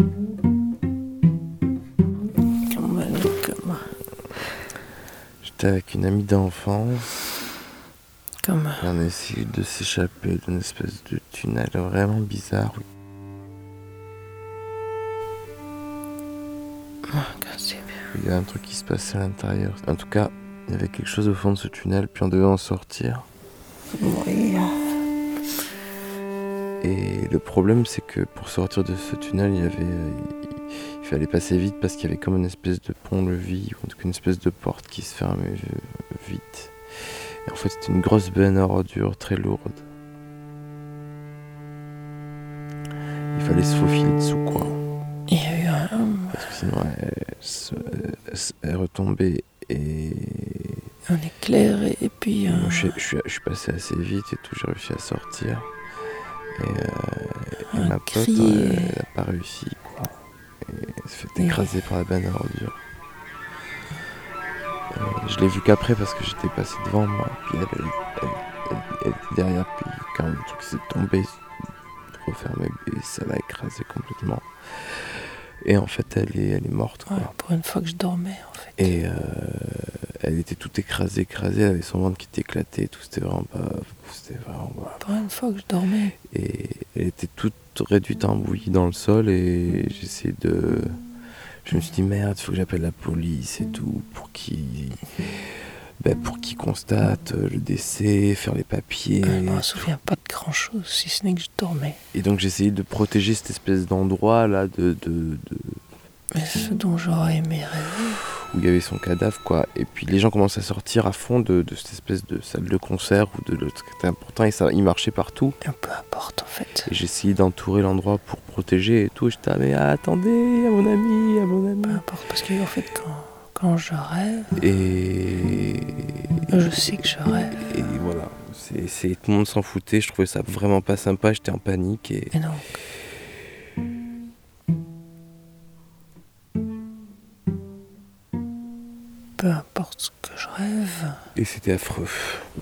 euh, J'étais avec une amie d'enfance. Comme. et On a essayé de s'échapper d'une espèce de tunnel vraiment bizarre. Oh, quand c'est bien. Il y a un truc qui se passait à l'intérieur. En tout cas, il y avait quelque chose au fond de ce tunnel, puis on devait en sortir. Oui. Et le problème, c'est que pour sortir de ce tunnel, il y avait, euh, il, il fallait passer vite parce qu'il y avait comme une espèce de pont-levis, ou en tout cas une espèce de porte qui se fermait euh, vite. Et en fait, c'était une grosse benne à ordures très lourde. Il fallait se faufiler dessous, quoi. Il y a eu un, Parce que sinon, elle, se- elle se- elle retombait et. un éclair et, et puis. euh, et un- moi, je, suis- je suis- je suis passé assez vite et tout, j'ai réussi à sortir. Et, euh, et Un ma pote, cri euh, et- elle n'a pas réussi, quoi. Et elle s'est fait Et- écraser par la benne à ordures. Euh, je l'ai vu qu'après parce que j'étais passé devant moi. Puis elle, elle, elle- elle- elle était derrière. Puis quand le truc s'est tombé, refermé, et ça l'a écrasé complètement. Et en fait, elle est, elle est morte, quoi. Ouais, pour une fois que je dormais, en fait. Et euh, elle était toute écrasée, écrasée, elle avait son ventre qui était éclaté, et tout c'était vraiment pas. C'était vraiment pas. Pour une fois que je dormais. Et elle était toute réduite en bouillie dans le sol et j'essayais de. Je me suis dit merde, faut que j'appelle la police et tout pour qu'ils. ben, pour qu'ils constatent euh, le décès, faire les papiers. Je me souviens pas de grand chose, si ce n'est que je dormais. Et donc j'essayais de protéger cette espèce d'endroit là de- de, de, Mais ce dont j'aurais aimé rêver. où il y avait son cadavre, quoi. Et puis les gens commencent à sortir à fond de, de cette espèce de salle de concert ou de l'autre qui était important et ça, ils marchaient partout. Un peu importe, en fait. Et j'ai essayé d'entourer l'endroit pour protéger et tout. Et j'étais, ah, mais attendez, à mon ami, à mon Peu ami. importe, parce que, en fait, quand, quand je rêve, Et. je sais que je rêve. Et voilà. C'est, c'est- tout le monde s'en foutait. Je trouvais ça vraiment pas sympa. J'étais en panique et. Et non. Peu importe ce que je rêve, Et c'était affreux.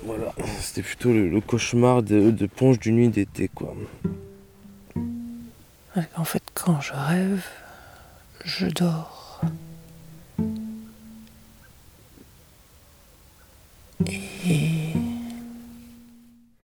Voilà. C'était plutôt le, le cauchemar de, de plonge d'une nuit d'été, quoi. en fait, quand je rêve, je dors.